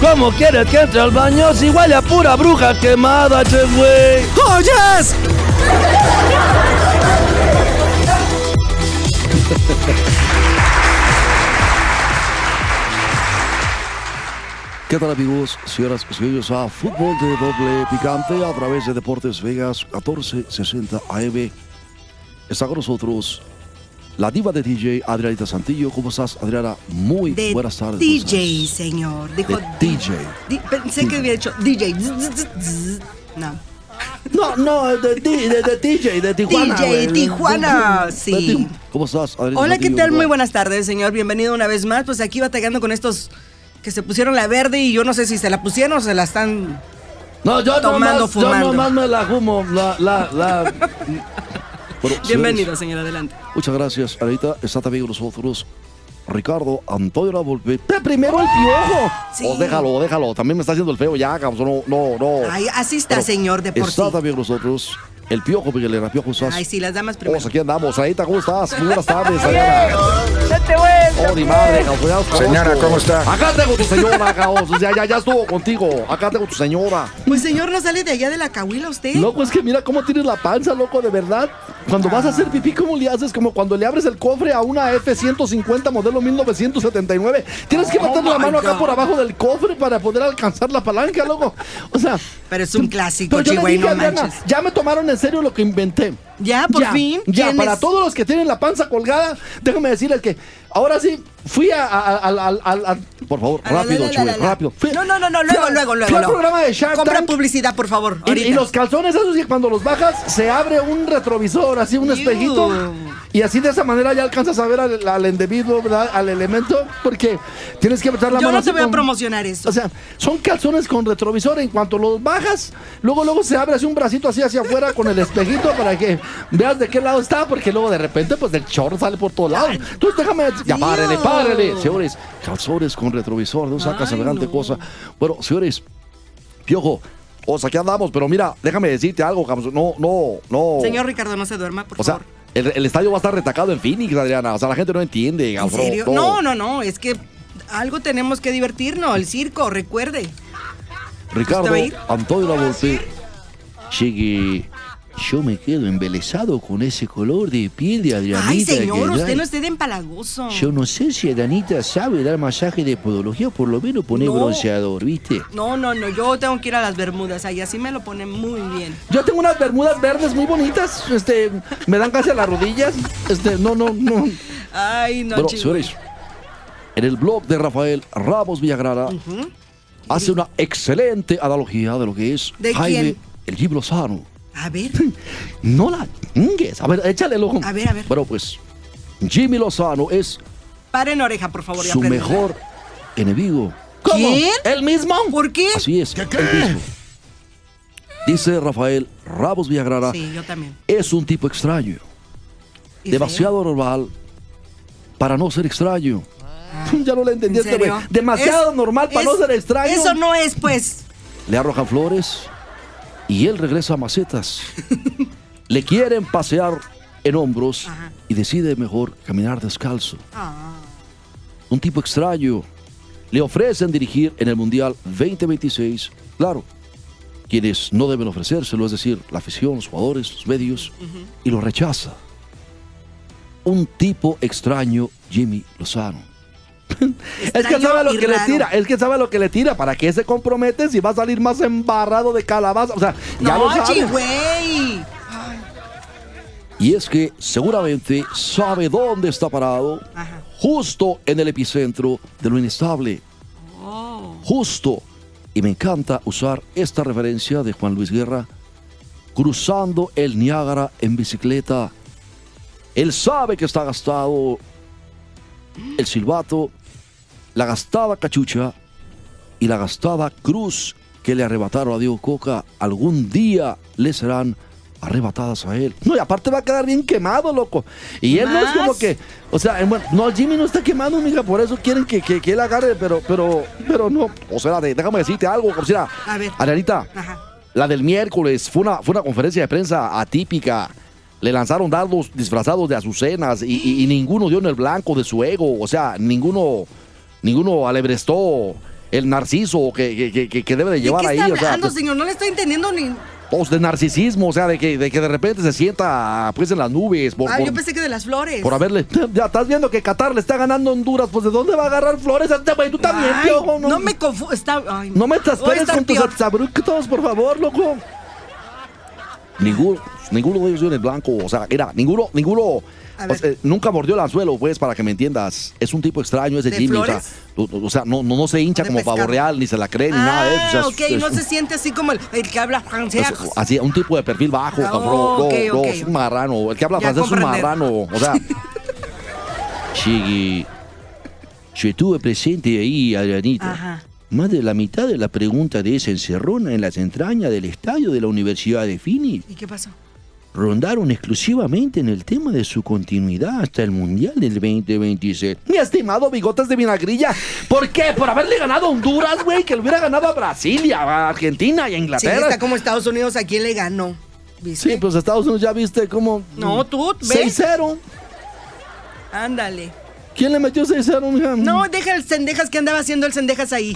¿Cómo quieres que entre al baño si huele a pura bruja quemada, che, güey? ¡Joyas! ¿Qué tal amigos? Señoras y señores, a Fútbol de Doble Picante a través de Deportes Vegas 1460 AM. Está con nosotros la diva de DJ Adriana Santillo. ¿Cómo estás, Adriana? Muy De buenas tardes. ¿cómo estás? DJ, señor. Dijo De DJ. di- pensé que hubiera hecho DJ. Z- z- z- z- No. No, no, de, di- de- de DJ, de Tijuana. DJ güey. Tijuana, De- de- sí. de Tiju- ¿Cómo estás, Adriana? Hola, ¿qué Santillo? tal? Muy buenas tardes, señor. Bienvenido una vez más. Pues aquí batallando con estos que se pusieron la verde y yo no sé si se la pusieron o se la están. No, yo Tomando, nomás, yo fumando. nomás me la humo, la, la, la... Bueno, Bienvenido, señor, adelante. señores, Muchas gracias, Anita. Está también con nosotros Ricardo Antonio La Volpe. ¡Pe- primero el piojo! Sí. Oh, déjalo, déjalo. También me está haciendo el feo ya, cabrón. No, no, no. Ay, así está, Oh, Pero señor, de por sí. Está también con nosotros el piojo, Miguel Herrera. Piojo, ¿estás? Ay, sí, las damas Vamos, primero. aquí andamos. Anita, ¿cómo estás? Muy buenas tardes, Adriana. ¡Oh, mi madre, cabrón, ya os conozco. Señora, ¿cómo está? Acá tengo tu señora, cabrón. O sea, ya, ya estuvo contigo. Acá tengo tu señora. Pues, señor, ¿no sale de allá de la cahuila usted? Loco, es pues que mira cómo tienes la panza, loco, de verdad. Cuando vas a hacer pipí, ¿cómo le haces? Como cuando le abres el cofre a una F-150 modelo 1979. Tienes que meter la Oh my mano acá God. por abajo del cofre para poder alcanzar la palanca, loco. O sea... Pero es un clásico, pero yo le Chihuahua, dije a no Adriana, manches. ya me tomaron en serio lo que inventé. Ya, por fin. Ya, ¿Quién para es? todos los que tienen la panza colgada, déjame decirles que ahora sí fui a. a- a- a- a- a- por favor, Ah, la, la, rápido, la, Chihuahua, la, la. rápido. Fui- No, no, no, no, fui a- luego, luego, luego. Fui al luego. programa de Shark Compra Tank. publicidad, por favor. Y, ahorita. y los calzones esos que cuando los bajas se abre un retrovisor, así un Ew. espejito. Y así de esa manera ya alcanzas a ver al, al individuo, ¿verdad? Al elemento, porque tienes que meter la Yo mano. no así te voy a con- promocionar eso. O sea, son calzones con retrovisor. En cuanto los bajas, luego luego se abre así un bracito así hacia afuera con el espejito para que veas de qué lado está, porque luego de repente pues el chorro sale por todos lados. Entonces déjame ya Dios. párele, párele, señores. Calzones con retrovisor, no saca Ay, semejante no. cosa. Bueno, señores, Piojo, o sea, aquí andamos, pero mira, déjame decirte algo, Camus. No, no, no. Señor Ricardo, no se duerma, por o sea, favor. el, el estadio va a estar retacado en Phoenix, Adriana. O sea, la gente no entiende, ¿En cabrón, serio? No, no, no, es que algo tenemos que divertirnos, el circo, recuerde. Ricardo, ¿Usted va a ir? Antonio La Volpe. Llegué. Yo me quedo embelesado con ese color de piel de Adrianita. Ay, que señor, trae. usted no esté de empalagoso. Yo no sé si Adrianita sabe dar masaje de podología, por lo menos poner No. bronceador, ¿viste? No, no, no, yo tengo que ir a las Bermudas, ahí así me lo ponen muy bien. Yo tengo unas bermudas verdes muy bonitas, este, me dan casi a las rodillas. Este, no, no, no. Ay, no, Bueno, chico. señores, en el blog de Rafael Ramos Villagrana hace una excelente analogía de lo que es ¿De Jaime quién? el libro sano. A ver, No la chingues. A ver, échale el ojo. A ver, a ver. Bueno, pues Jimmy Lozano es paren oreja, por favor. ya su aprendí. mejor enemigo. ¿Quién? ¿El mismo? ¿Por qué? Así es, el mismo. Dice Rafael Ramos Villagrana, Sí, yo también. es un tipo extraño, ¿Y demasiado normal para no ser extraño. ya no le feo? Ah. ¿En entendiste, güey. serio? Demasiado Es- normal para es- no ser extraño. Eso no es, pues. Le arrojan flores y él regresa a macetas. Le quieren pasear en hombros Ajá. y decide mejor caminar descalzo. Ah, Un tipo extraño. Le ofrecen dirigir en el Mundial 2026. Claro, quienes no deben ofrecérselo, es decir, la afición, los jugadores, los medios, y lo rechaza. Un tipo extraño, Jimmy Lozano. Es que extraño sabe lo y que le raro. tira, es que sabe lo que le tira. ¿Para qué se compromete si va a salir más embarrado de calabaza? O sea, ya lo No, sabe. chihuey. Y es que seguramente sabe dónde está parado, Ajá. justo en el epicentro de lo inestable. Oh. Justo. Y me encanta usar esta referencia de Juan Luis Guerra, cruzando el Niágara en bicicleta. Él sabe que está gastado el silbato, la gastada cachucha, y la gastada cruz que le arrebataron a Diego Coca algún día le serán arrebatadas a él. No, y aparte va a quedar bien quemado, loco. Y él no es como ¿Más? que, o sea, en buen- no, Jimmy no está quemado, mija, por eso quieren que, que, que él agarre, pero, pero, pero no. O sea, de- déjame decirte algo, Corcina. A ver. Arianita, Ajá. la del miércoles fue una, fue una conferencia de prensa atípica. Le lanzaron dardos disfrazados de azucenas y, y- y ninguno dio en el blanco de su ego. O sea, ninguno, ninguno alebrestó el narciso que, que- que- que- que debe de ¿De llevar qué ahí. está o sea, hablando, pues, señor? No le estoy entendiendo ni. pues, de narcisismo, o sea, de que de, que de repente se sienta pues en las nubes por, Ah, por- yo pensé que de las flores. por haberle... Ya estás viendo que Qatar le está ganando a Honduras, pues ¿de dónde va a agarrar flores? Este güey, tú también, Ay, piojo, no, me confu... Está... ay, no me voy a traspares estar con tus peor. atzabrúctos, por favor, loco. Ninguno, ninguno de ellos dio en el blanco. O sea, mira, ninguno, ninguno. A o ver. sea, eh, nunca mordió el anzuelo, pues, para que me entiendas. Es un tipo extraño ese ¿De Jimmy. O sea, flores? tú- tú- o sea, no, no, no se hincha ¿De como pescado? pavo real, ni se la cree, ni nada de eso. O sea, Ah, es- ok, es no un- se siente así como el, el que habla francés. es ah. así, un tipo de perfil bajo, Ah, cabrón. oh, No, ok, no, ok. es un marrano. El que habla Ya francés es un comprender. marrano. O sea, Chigui, yo estuve presente ahí, Adrianita. Ajá. Más de la mitad de la pregunta de esa encerrona en las entrañas del estadio de la Universidad de Fini ¿Y qué pasó? rondaron exclusivamente en el tema de su continuidad hasta el Mundial del 2026. Mi estimado Bigotes de Vinagrilla, ¿por qué? Por haberle ganado a Honduras, güey, que le hubiera ganado a Brasilia, a Argentina y a Sí, Inglaterra. está como Estados Unidos, ¿a quién le ganó? ¿Viste? Sí, pues Estados Unidos ya viste cómo. No, tú, ve. 6-0. Ándale. ¿Quién le metió 6-0, mija? No, deja el sendejas que andaba haciendo el sendejas ahí.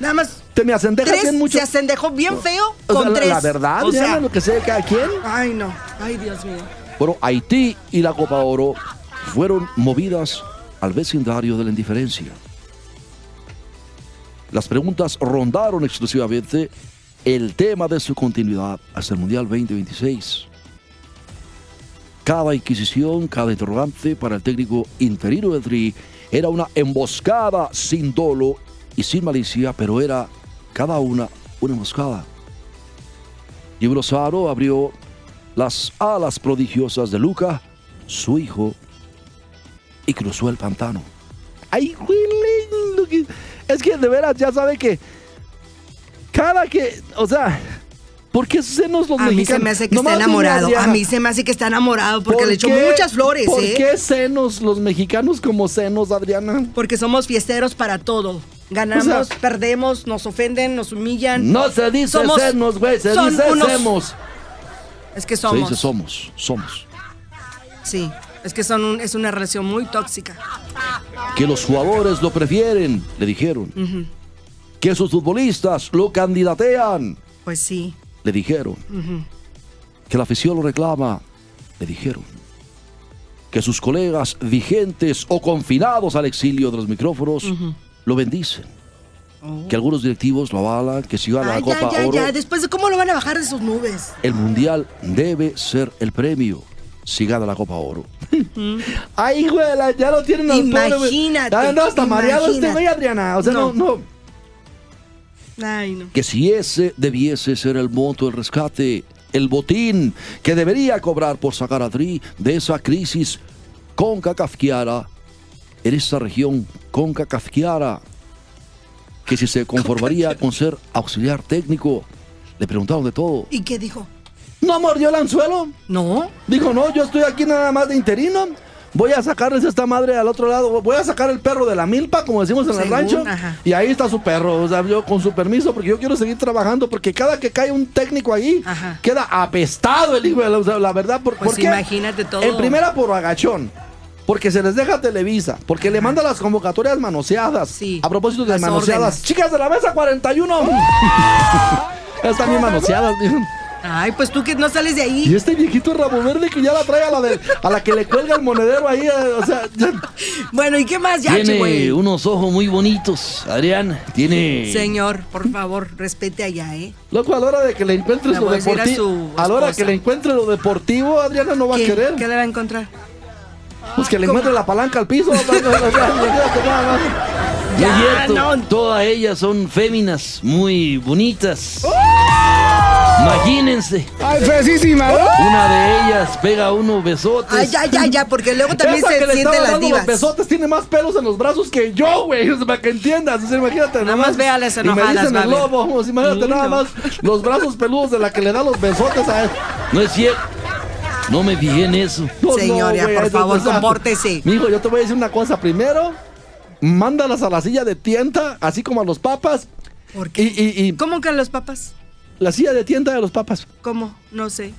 Nada más. Te me asendejas Tres, bien mucho. se asendejó bien feo O sea, con la- tres. La, verdad, O ya sea, lo que sea de cada quien. Ay, no. Ay, Dios mío. Bueno, Haití y la Copa Oro fueron movidas al vecindario de la indiferencia. Las preguntas rondaron exclusivamente el tema de su continuidad hasta el Mundial 2026. Cada inquisición, cada interrogante para el técnico interino del Tri era una emboscada sin dolo y sin malicia, pero era cada una una emboscada. Saro abrió las alas prodigiosas de Luca, su hijo, y cruzó el pantano. ¡Ay, güey! lindo que- Es que de veras ya sabe que cada que, o sea, ¿por qué senos los A mexicanos? mí se me hace que Nomás una está enamorado. A Adriana. mí se me hace que está enamorado porque ¿Por le echó qué- muchas flores, ¿Por ¿eh? qué senos los mexicanos como senos, Adriana? Porque somos fiesteros para todo. Ganamos, O sea- perdemos, nos ofenden, nos humillan. No se dice Somos- senos, güey, se son dice unos- semos. Es que Se somos. dice somos, somos. Sí. Es que son un- es una relación muy tóxica. Que los jugadores lo prefieren, le dijeron. Que sus futbolistas lo candidatean, Pues sí. le dijeron. Que la afición lo reclama, le dijeron. Que sus colegas vigentes o confinados al exilio de los micrófonos lo bendicen. Que algunos directivos lo avalan, que si van a la Oh. Ay, Copa ya, ya, Oro, ya. Después de cómo lo van a bajar de sus nubes. el Mundial debe ser el premio si gana la Copa Oro. Ay, güey, la- ya lo tienen al pobre, güey. Imagínate, Ya no, hasta mareado este imagínate. güey, Adriana. O sea, no, No. no. Ay, no. Que si ese debiese ser el monto del rescate, el botín que debería cobrar por sacar a Tri de esa crisis concacafquiara, en esa región concacafquiara, que si se conformaría con ser auxiliar técnico, le preguntaron de todo. ¿Y qué dijo? ¿No mordió el anzuelo? No. Dijo, no, yo estoy aquí nada más de interino. Voy a sacarles esta madre al otro lado. Voy a sacar el perro de la milpa, como decimos en el Según, rancho. ajá. Y ahí está su perro. O sea, yo con su permiso, porque yo quiero seguir trabajando. Porque cada que cae un técnico ahí, Ajá. queda apestado el hijo de la, o sea, la verdad. Por, Pues ¿por qué? imagínate todo. En primera, por agachón. Porque se les deja Televisa. Porque le manda las convocatorias manoseadas. Sí. A propósito de Las manoseadas. órdenes. Chicas de la mesa 41. Están bien manoseadas. dijo. Ay, pues tú que no sales de ahí. Y este viejito rabo verde que ya la trae a la, de, a la que le cuelga el monedero ahí, eh, o sea, ya- Bueno, ¿y qué más, ya, tiene güey? unos ojos muy bonitos, Adrián, tiene... Señor, por favor, respete allá, ¿eh? Loco, a la hora de que le encuentres La lo voy a decir a deportivo, su a, la hora que esposa. le encuentre lo deportivo, Adriana no va ¿Qué, a querer. ¿Qué le va a encontrar? Pues que le ¿Cómo? encuentre la palanca al piso. ya, no. Todas ellas son féminas, muy bonitas. Imagínense, ¡Ay, fresísima! una de ellas pega unos besotes. Ay, ya, ya, ya, porque luego también Pues, Esa se que le sienten estaba las dando divas. los besotes tiene más pelos en los brazos que yo, güey. Es Para que entiendas. O sea, imagínate nada más Y véalas me enojadas, dicen va a el ver. lobo. pues, imagínate Mm, nada no. más los brazos peludos de la que le da los besotes a él. No es cierto. No me fijé en eso. No, no, Señora, güey, por eso- favor, o sea, compórtese. Mijo, yo te voy a decir una cosa. Primero, mándalas a la silla de tienta, así como a los papas. ¿Por Y, qué? y, y ¿Cómo que los papas? la silla de tienta de los papas. ¿Cómo? No sé.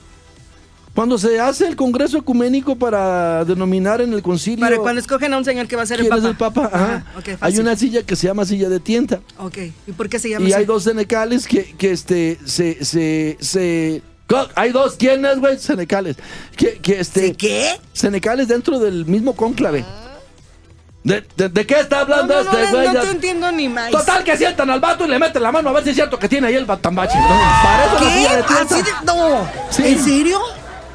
Cuando se hace el congreso ecuménico para denominar en el concilio. Para cuando escogen a un señor que va a ser el ¿Quién papa. es el papa? Ajá. Ajá, ok, hay fácil. una silla que se llama silla de tienta. Ok, ¿y por qué se llama Y hay así? dos senecales que, que este, se, se, se... Co- Hay dos, ¿quiénes, güey? Senecales. Que, que este... ¿De qué? Senecales dentro del mismo cónclave. ¿De, de, de qué está No, hablando no, no, este, no, güey? no Ya- te entiendo ni más. Total, que sientan al vato y le meten la mano a ver si es cierto que tiene ahí el batambache. No, para eso la ¿Qué? silla de tienta. ¿Así de- No. Sí. ¿En serio?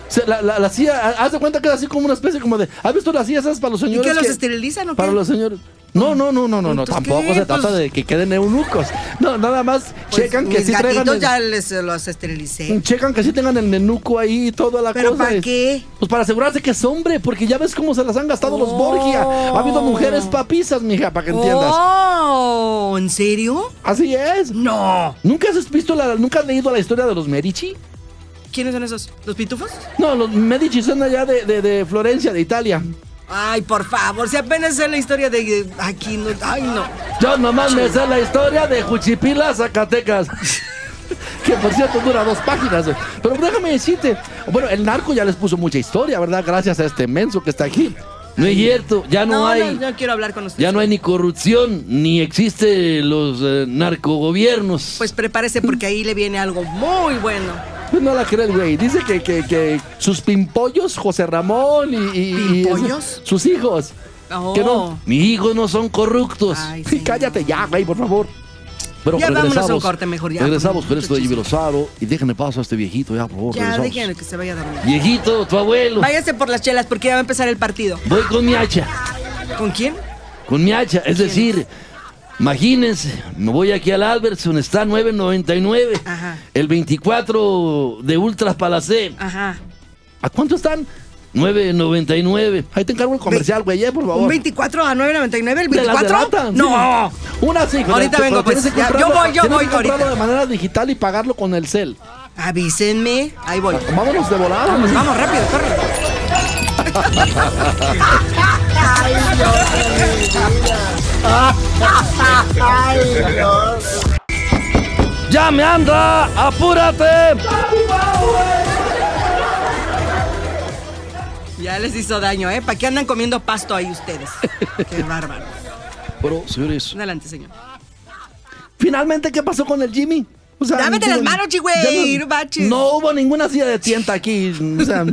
Se- La, la- la silla, ha- haz de cuenta que es así como una especie como de... ¿Has visto las sillas esas para los ¿Y señores? qué, los que- esterilizan o qué? Para los señores. No, no, no, no, no, no. Entonces, Tampoco ¿qué? se trata Pues- de que queden eunucos. No, nada más Pues, checan que mis sí traigan. gatitos el- Mm, ya les eh, los esterilicé. Checan que sí tengan el nenuco ahí y toda la ¿Pero cosa. para Es- qué? Pues para asegurarse que es hombre, porque ya ves cómo se las han gastado los Oh. Borgia. Ha habido mujeres papizas, mija, para que entiendas. Oh, ¿en serio? Así es. No. ¿Nunca has visto la, nunca has leído la historia de los Medici? ¿Quiénes son esos? ¿Los pitufos? No, los Medici son allá de, de- de Florencia, de Italia. Ay, por favor, si apenas es la historia de de aquí no, ay no. Yo nomás me sé la historia de Juchipila, Zacatecas. que por cierto dura dos páginas. güey. Pero déjame decirte. Bueno, el narco ya les puso mucha historia, ¿verdad? Gracias a este menso que está aquí. No es cierto. Ya no, No, hay. no, no quiero hablar con usted. Ya no hay ni corrupción, ni existe los eh, narcogobiernos. Pues prepárese porque ahí le viene algo muy bueno. Pues no la cree el güey. Dice que, que- que sus pimpollos, José Ramón y. y- y- ¿Pimpollos? sus hijos. Oh. Que no. Mis hijos no son corruptos. Ay, Sí, señor. cállate ya, güey, por favor. Pero Ya vámonos a un regresamos, corte mejor, ya, Regresamos porque con mucho esto de chisme. Jimmy Lozano y déjenme paso a este viejito ya, por favor. Ya regresamos. déjenlo que se vaya a dormir. Viejito, tu abuelo. Váyase por las chelas porque ya va a empezar el partido. Voy con mi hacha. ¿Con quién? con mi hacha. Es decir, imagínense, me voy aquí al Albertson, está 9.99. Ajá. El 24 de Ultras Palacé. Ajá. ¿A cuánto están? 9.99. Ahí te encargo el comercial, güey, eh, por ¿Un favor. 24 a 9.99? ¿El Te las 24? delatan, No. sí. Una sí. pero Ahorita te- vengo, pero tienes pues, que ya, yo comprarlo- voy, yo tienes voy que comprarlo ahorita. de manera digital y pagarlo con el cel. Avísenme. Ahí voy. Vámonos de volada. Vamos, mijo. vamos, rápido, corre. ¡Ya me anda! ¡Apúrate! Ya les hizo daño, ¿eh? ¿Para qué andan comiendo pasto ahí ustedes? Qué bárbaro. Pero, señores, Adelante, señor. Finalmente, ¿qué pasó con el Jimmy? O sea, Dame de digo, las manos, chigüey, ya no baches. no hubo ninguna silla de tienta aquí. O sea,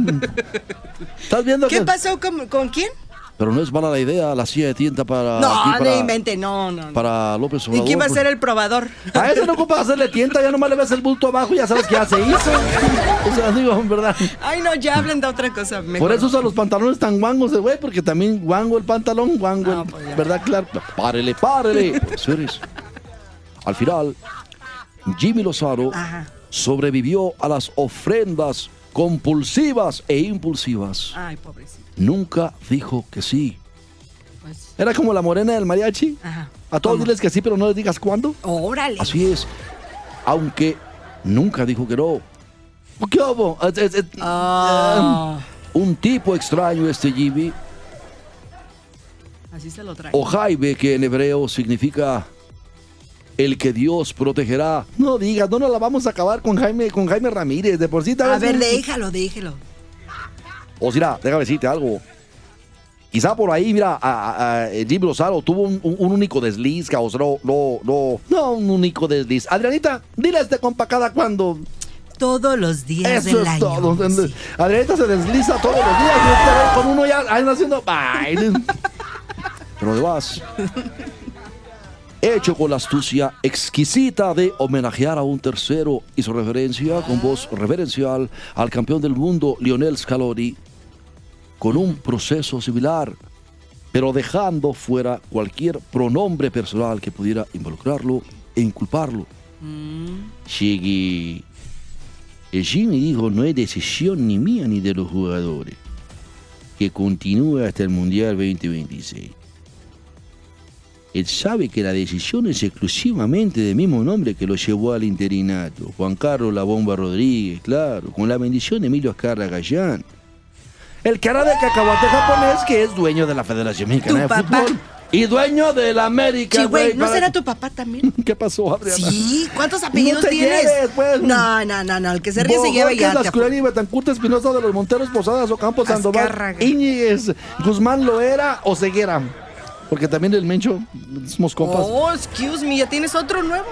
¿estás viendo ¿Qué que- pasó con, con quién? pero no es mala la idea, la silla de tienta para. No, aquí para, no invente, no, no. no. Para pues. López ¿Y Obrador. quién va a porque- ser el probador? pues. A eso no ocupas hacerle tienta, ya nomás le ves el bulto abajo y ya sabes que ya se hizo. O sea, digo, en verdad. Ay, no, ya hablen de otra cosa. Mejor. Por eso usa los pantalones tan guangos de güey, porque también guango el pantalón, guango No, el- pues ya. ¿Verdad, claro? Párele, párele. Pero, señores, al final, Jimmy Lozano Ajá. sobrevivió a las ofrendas compulsivas e impulsivas. Ay, pobrecito. Nunca dijo que sí. Pues, Era como la morena del mariachi. ajá. A todos Ah. ¿Cómo? diles que sí, pero no les digas cuándo. Órale. Así es. Aunque nunca dijo que no. ¿Qué hubo? Eh, eh, eh, Ah, Un tipo extraño este Jimmy, así se lo trae. o Jaibe, que en hebreo significa el que Dios protegerá. No digas, no nos la vamos a acabar con Jaime, con Jaime Ramírez. De por sí, tal A vez- ver, déjalo, déjelo. O sea, déjame decirte algo. Quizá por ahí, mira, a, a- a Jimmy Lozano tuvo un, un- un único desliz, caos. No, no, no, no, un único desliz. Adrianita, dile a este compa cada cuando. Todos los días Eso del es año. todo. sí. Adrianita se desliza todos los días. y este güey con uno ya anda haciendo. Ay, Pero además, hecho con la astucia exquisita de homenajear a un tercero, hizo referencia con voz reverencial al campeón del mundo, Lionel Scaloni, con un proceso similar, pero dejando fuera cualquier pronombre personal que pudiera involucrarlo e inculparlo. Shiggy El Jimmy dijo, no es decisión ni mía ni de los jugadores, que continúa hasta el Mundial 2026. Él sabe que la decisión es exclusivamente del mismo nombre que lo llevó al interinato, Juan Carlos La Bomba Rodríguez, claro, con la bendición de Emilio Azcarra Gallán. El cara de cacahuate japonés que es dueño de la Federación Mexicana de Tu papá. Fútbol y dueño de la América. Sí, güey, ¿no para- será tu papá también? ¿Qué pasó, Adriana? Sí, ¿cuántos apellidos te tienes? lleves, pues. No, no, no, no, el que se ríe se lleva y ya. Borges, te Lascurain, Betancourt, Espinosa de los Monteros, Posadas, Ocampo, Sandoval, Azcárraga. Íñiguez, Guzmán Loera o Ceguera. Porque también el Mencho somos compas. Oh, excuse me, ya tienes otro nuevo.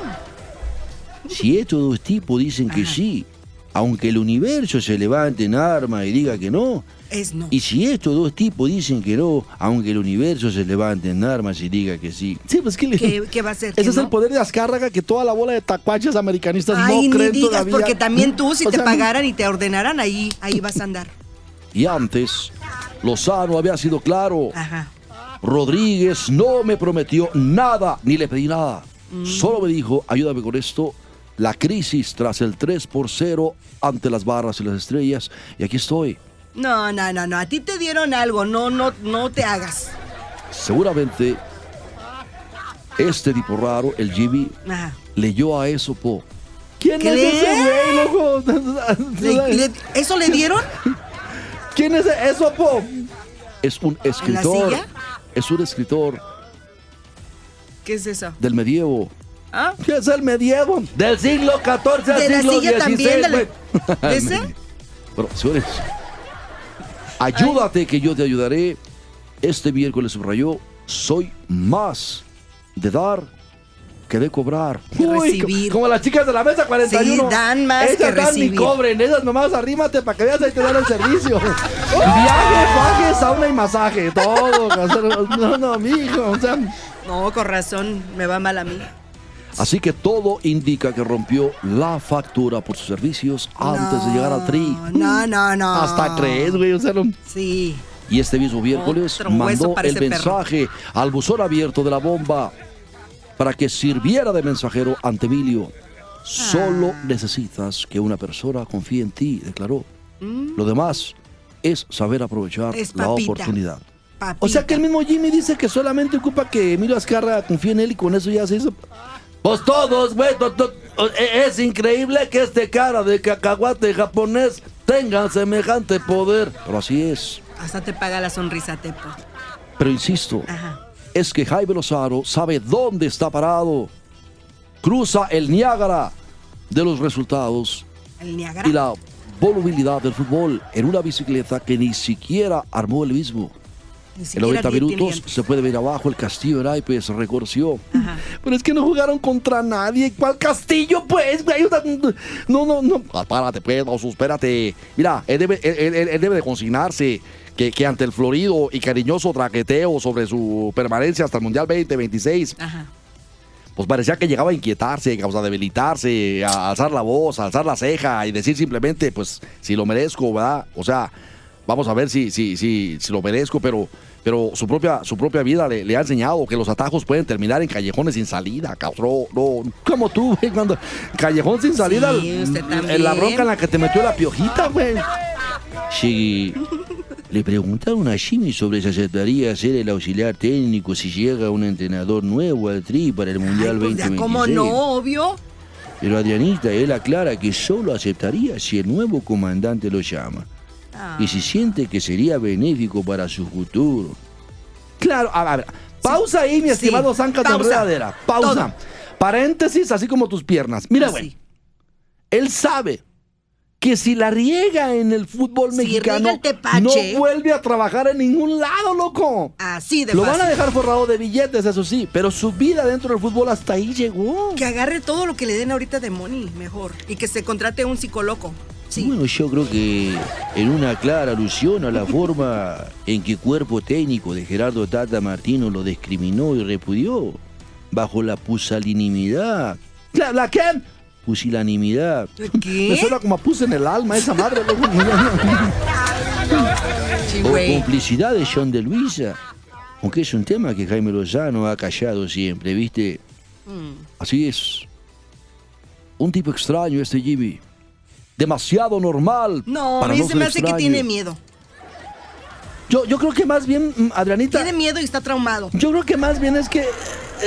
Si estos dos tipos dicen Ah. que sí, aunque el universo se levante en armas y diga que no, Es no. y si estos dos tipos dicen que no, aunque el universo se levante en armas y diga que sí. Sí, pues que le- ¿Qué, qué va a ser? ¿Que Ese es no? el poder de Azcárraga que toda la bola de tacuaches americanistas Ay, no ni creen digas, todavía. porque también tú, si O te sea, pagaran y te ordenaran, ahí, ahí vas a andar. Y antes, Lozano había sido claro. Ajá. Rodríguez no me prometió nada, ni le pedí nada. Mm. Solo me dijo, ayúdame con esto, la crisis tras el 3 por 0 ante las barras y las estrellas. Y aquí estoy. No, no, no, no. A ti te dieron algo. No, no, no te hagas. Seguramente este tipo raro, el Jimmy, Ajá. leyó a eso, po. ¿Quién es ¿Qué? ese güey, loco? Le- le- ¿Eso le dieron? ¿Quién es ese- eso, po? Es un escritor. silla? Es un escritor ¿Qué es eso? del medievo. ¿Ah? ¿Qué es el medievo? Del siglo XIV al De la siglo silla también. de XVI, la- güey. ¿De ese? Bueno, señores, ayúdate que yo te ayudaré. Este miércoles subrayó, soy más de dar que de cobrar. Que Uy, recibir. Como las chicas de la mesa 41. Sí, dan más Ellas que dan recibir. ni cobren, ellas nomás arrímate para que veas ahí te dan el servicio. Viaje, faje, sauna y masaje, todo. casero. No, no, mijo, o sea, No, con razón. Me va mal a mí. Así que todo indica que rompió la factura por sus servicios antes de llegar al tri. No, no, no. hasta crees, güey, o sea, no- Sí. Y este mismo miércoles Otro hueso mandó para el ese perro. mensaje al buzón abierto de la bomba para que sirviera de mensajero ante Emilio. Solo Ah. necesitas que una persona confíe en ti, declaró. Lo demás es saber aprovechar Mm. Es la papita. oportunidad. Papi. O sea que el mismo Jimmy dice que solamente ocupa que Emilio Azcarra confíe en él y con eso ya se hizo. Pues todos, güey. to- to- e- es increíble que este cara de cacahuate japonés tenga semejante poder. Pero así es. Hasta te paga la sonrisa, Tepo. Pero insisto, Ajá. es que Jaime Lozano sabe dónde está parado. Cruza el Niágara de los resultados El Niagara. y la volubilidad del fútbol en una bicicleta que ni siquiera armó el mismo. Ni En siquiera 90 tiene minutos dientes. se puede ver abajo el castillo de naipes, recorció. Ajá. Pero es que no jugaron contra nadie. ¿Cuál castillo, pues, güey? O sea, No, no, no. Ah, Párate, pues, no, espérate. Mira, él debe, él- él- él debe de consignarse que, que ante el florido y cariñoso traqueteo sobre su permanencia hasta el Mundial 2026, Ajá. pues parecía que llegaba a inquietarse, a debilitarse, a alzar la voz, a alzar la ceja y decir simplemente, pues, si lo merezco, ¿verdad? O sea, vamos a ver si, si, si, si lo merezco, pero, pero su, propia, su propia vida le, le ha enseñado que los atajos pueden terminar en callejones sin salida, cabrón. No, como tú, güey, cuando callejón sin salida, Sí, usted en la también. bronca en la que te metió la piojita, güey. Sí. Le preguntaron a Jimmy sobre si aceptaría ser el auxiliar técnico si llega un entrenador nuevo al tri para el Mundial Ay, pues, ya, 2026. ¿Cómo no? Obvio. Pero Adrianita, él aclara que solo aceptaría si el nuevo comandante lo llama. Ah. Y si siente que sería benéfico para su futuro. Claro, a ver. Pausa ahí, Sí. mi estimado Zanca de Pausa. Enredadera. Pausa. Paréntesis, así como tus piernas. Mira, güey. Ah, Sí. Él sabe que si la riega en el fútbol Si mexicano, riega el tepache. no vuelve a trabajar en ningún lado, loco. Así de Lo fácil. van a dejar forrado de billetes, eso sí, pero su vida dentro del fútbol hasta ahí llegó. Que agarre todo lo que le den ahorita de money, mejor. Y que se contrate un psicólogo. Sí. Bueno, yo creo que en una clara alusión a la forma en que cuerpo técnico de Gerardo Tata Martino lo discriminó y repudió, bajo la pusilanimidad. ¿La, la qué? Pusilanimidad. Me ¿Qué? suena como a pus en el alma esa madre, loco. Sí, Por güey. complicidad de John de Luisa. Aunque es un tema que Jaime Lozano ha callado siempre, ¿viste? Mm. Así es. Un tipo extraño este Jimmy. demasiado normal. No, a para mí se ser me hace que extraño. tiene miedo. Yo, yo creo que más bien, mm, Adrianita, Tiene miedo y está traumado. yo creo que más bien es que eh,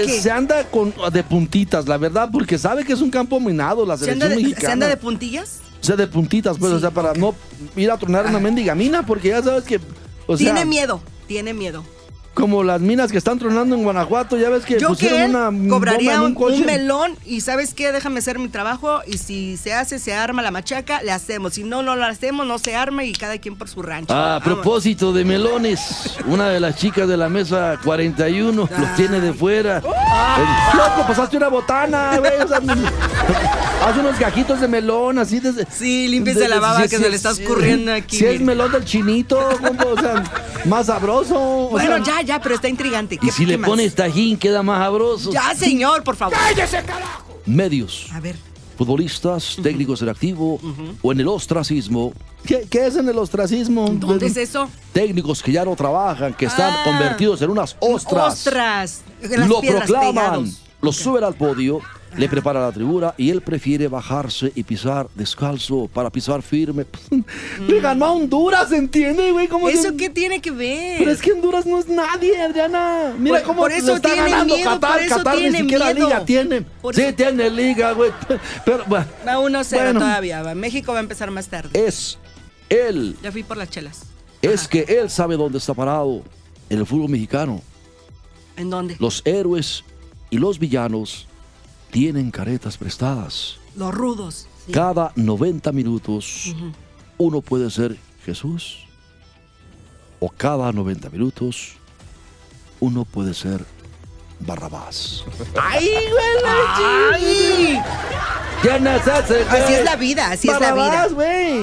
¿Qué? se anda con, de puntitas, la verdad, porque sabe que es un campo minado la ¿Se selección anda, de, mexicana. ¿Se anda de puntillas? O sea, de puntitas, pues, Sí, Ah. o sea, para no ir a tronar una mendiga mina, porque ya sabes que, o sea, tiene miedo, tiene miedo. como las minas que están tronando en Guanajuato, ya ves que Yo que pusieron él una bomba cobraría en un, un coche. un melón y ¿sabes qué? Déjame hacer mi trabajo y si se hace, se arma la machaca, le hacemos. Si no, no la hacemos, no se arma y cada quien por su rancho. Ah, a Vámonos. propósito de melones, una de las chicas de la mesa 41 Ah. los tiene de fuera. El- Loco, pasaste una botana, güey. o sea, haz unos gajitos de melón, así de. Sí, límpiese la baba que se le está escurriendo aquí, Si es mire. melón del chinito, compa, o sea, más sabroso. o Bueno, sea, ya, ya, pero está intrigante. Y ¿Qué- si qué le más? pones tajín, queda más sabroso. Ya, señor, por favor. Medios, A ver. futbolistas, técnicos en activo o en el ostracismo, ¿Qué, qué es en el ostracismo? ¿Dónde es eso? técnicos que ya no trabajan, que están Ah. convertidos en unas ostras. Ostras. En las Lo piedras Ah. proclaman, pegados. lo suben al podio, le prepara la tribuna y él prefiere bajarse y pisar descalzo para pisar firme. Le ganó a Honduras, ¿entiende, güey? ¿Cómo se- Mm. ¿Eso qué tiene que ver? Pero es que Honduras no es nadie, Adriana. Mira Por- cómo por eso le está tiene ganando miedo, Qatar. por eso Qatar tiene ni siquiera miedo. liga tiene. Por sí, eso- tiene liga, güey. Pero bueno, Va 1-0 Bueno. Eh. todavía. Va. México va a empezar más tarde. Es él, Ya fui por las chelas. es que él sabe dónde está parado en el fútbol mexicano. ¿En dónde? Los héroes y los villanos tienen caretas prestadas. Los rudos. Sí. Cada 90 minutos uno puede ser Jesús o cada 90 minutos uno puede ser Barrabás. ¡Ay! ¿quién es ese, güey? Así es la vida, así es la vida. Barrabás, güey.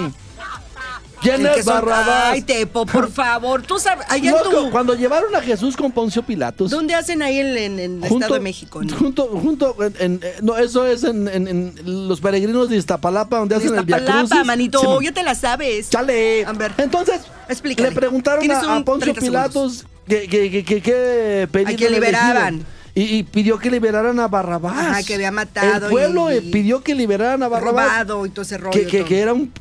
¿Quién El que es son- Barrabás? Ay, Tepo, por favor. Tú sabes, allá en Loco, tu- cuando llevaron a Jesús con Poncio Pilatos. ¿Dónde hacen ahí en en- en el Estado de México? En- Junto, junto, en- en- eh, no, eso es en, en- en los peregrinos de Iztapalapa, donde en hacen el Via Iztapalapa, Crucis. manito, Sí, man. ya te la sabes. Chale. A ver. Entonces, Explícale. le preguntaron Tienes a, a un Poncio 30 Pilatos que, que, que, que- que pedirle A que al elegido. liberaban. Y, y pidió que liberaran a Barrabás. Ajá, que había matado El pueblo y- eh, pidió que liberaran a Barrabás. Robado y todo ese rollo. Que, que, todo. que era un,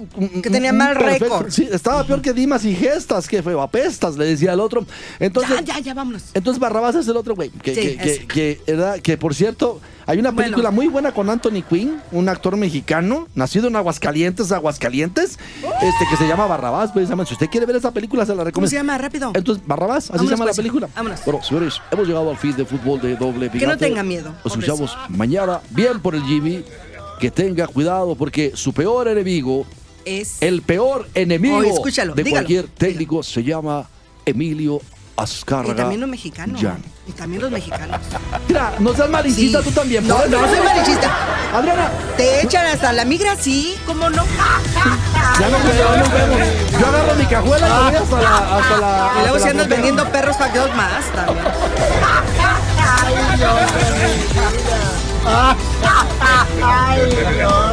Que tenía mal perfecto. récord. Sí, estaba peor que Dimas y Gestas, que fue apestas, le decía al otro. Entonces, ya, ya, ya, vámonos. entonces Barrabás es el otro güey. Que, Sí, que, ese. que, que era- que, por cierto, hay una Bueno. película muy buena con Anthony Quinn, un actor mexicano, nacido en Aguascalientes, Aguascalientes, este que se llama Barrabás. pues, llama- si usted quiere ver esa película, se la ¿Cómo recomiendo. se llama? Rápido. Entonces, Barrabás, así Vámonos, se llama pues. la película. Vámonos. Bueno, señores, hemos llegado al fin de fútbol de doble Que no picante. tenga miedo, Nos hombre. escuchamos mañana, bien por el Jimmy. Que tenga cuidado porque su peor enemigo, Es. el peor enemigo Oye, escúchalo, de dígalo, cualquier técnico se llama Emilio Azcárraga. Y también los mexicanos. Jan. Y también los mexicanos. Ah, Mira, no seas maricista Sí. tú también. No, por no eso. soy marichista. Adriana, Te echan hasta la migra, sí, ¿cómo no? ya no ya nos vemos. Yo agarro mi cajuela Ah. y me voy hasta la. Hasta la Y hasta luego si la andas frontera. vendiendo perros para que dos más también. Ay, no.